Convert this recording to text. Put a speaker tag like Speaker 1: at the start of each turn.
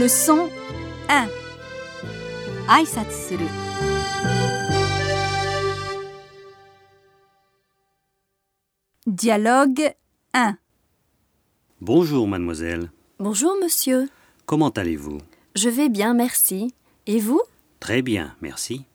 Speaker 1: Leçon 1挨拶するディアログ1
Speaker 2: Bonjour, mademoiselle.
Speaker 3: Bonjour monsieur,
Speaker 2: Comment allez-vous
Speaker 3: je vais bien, merci. Et vous
Speaker 2: Très bien, merci.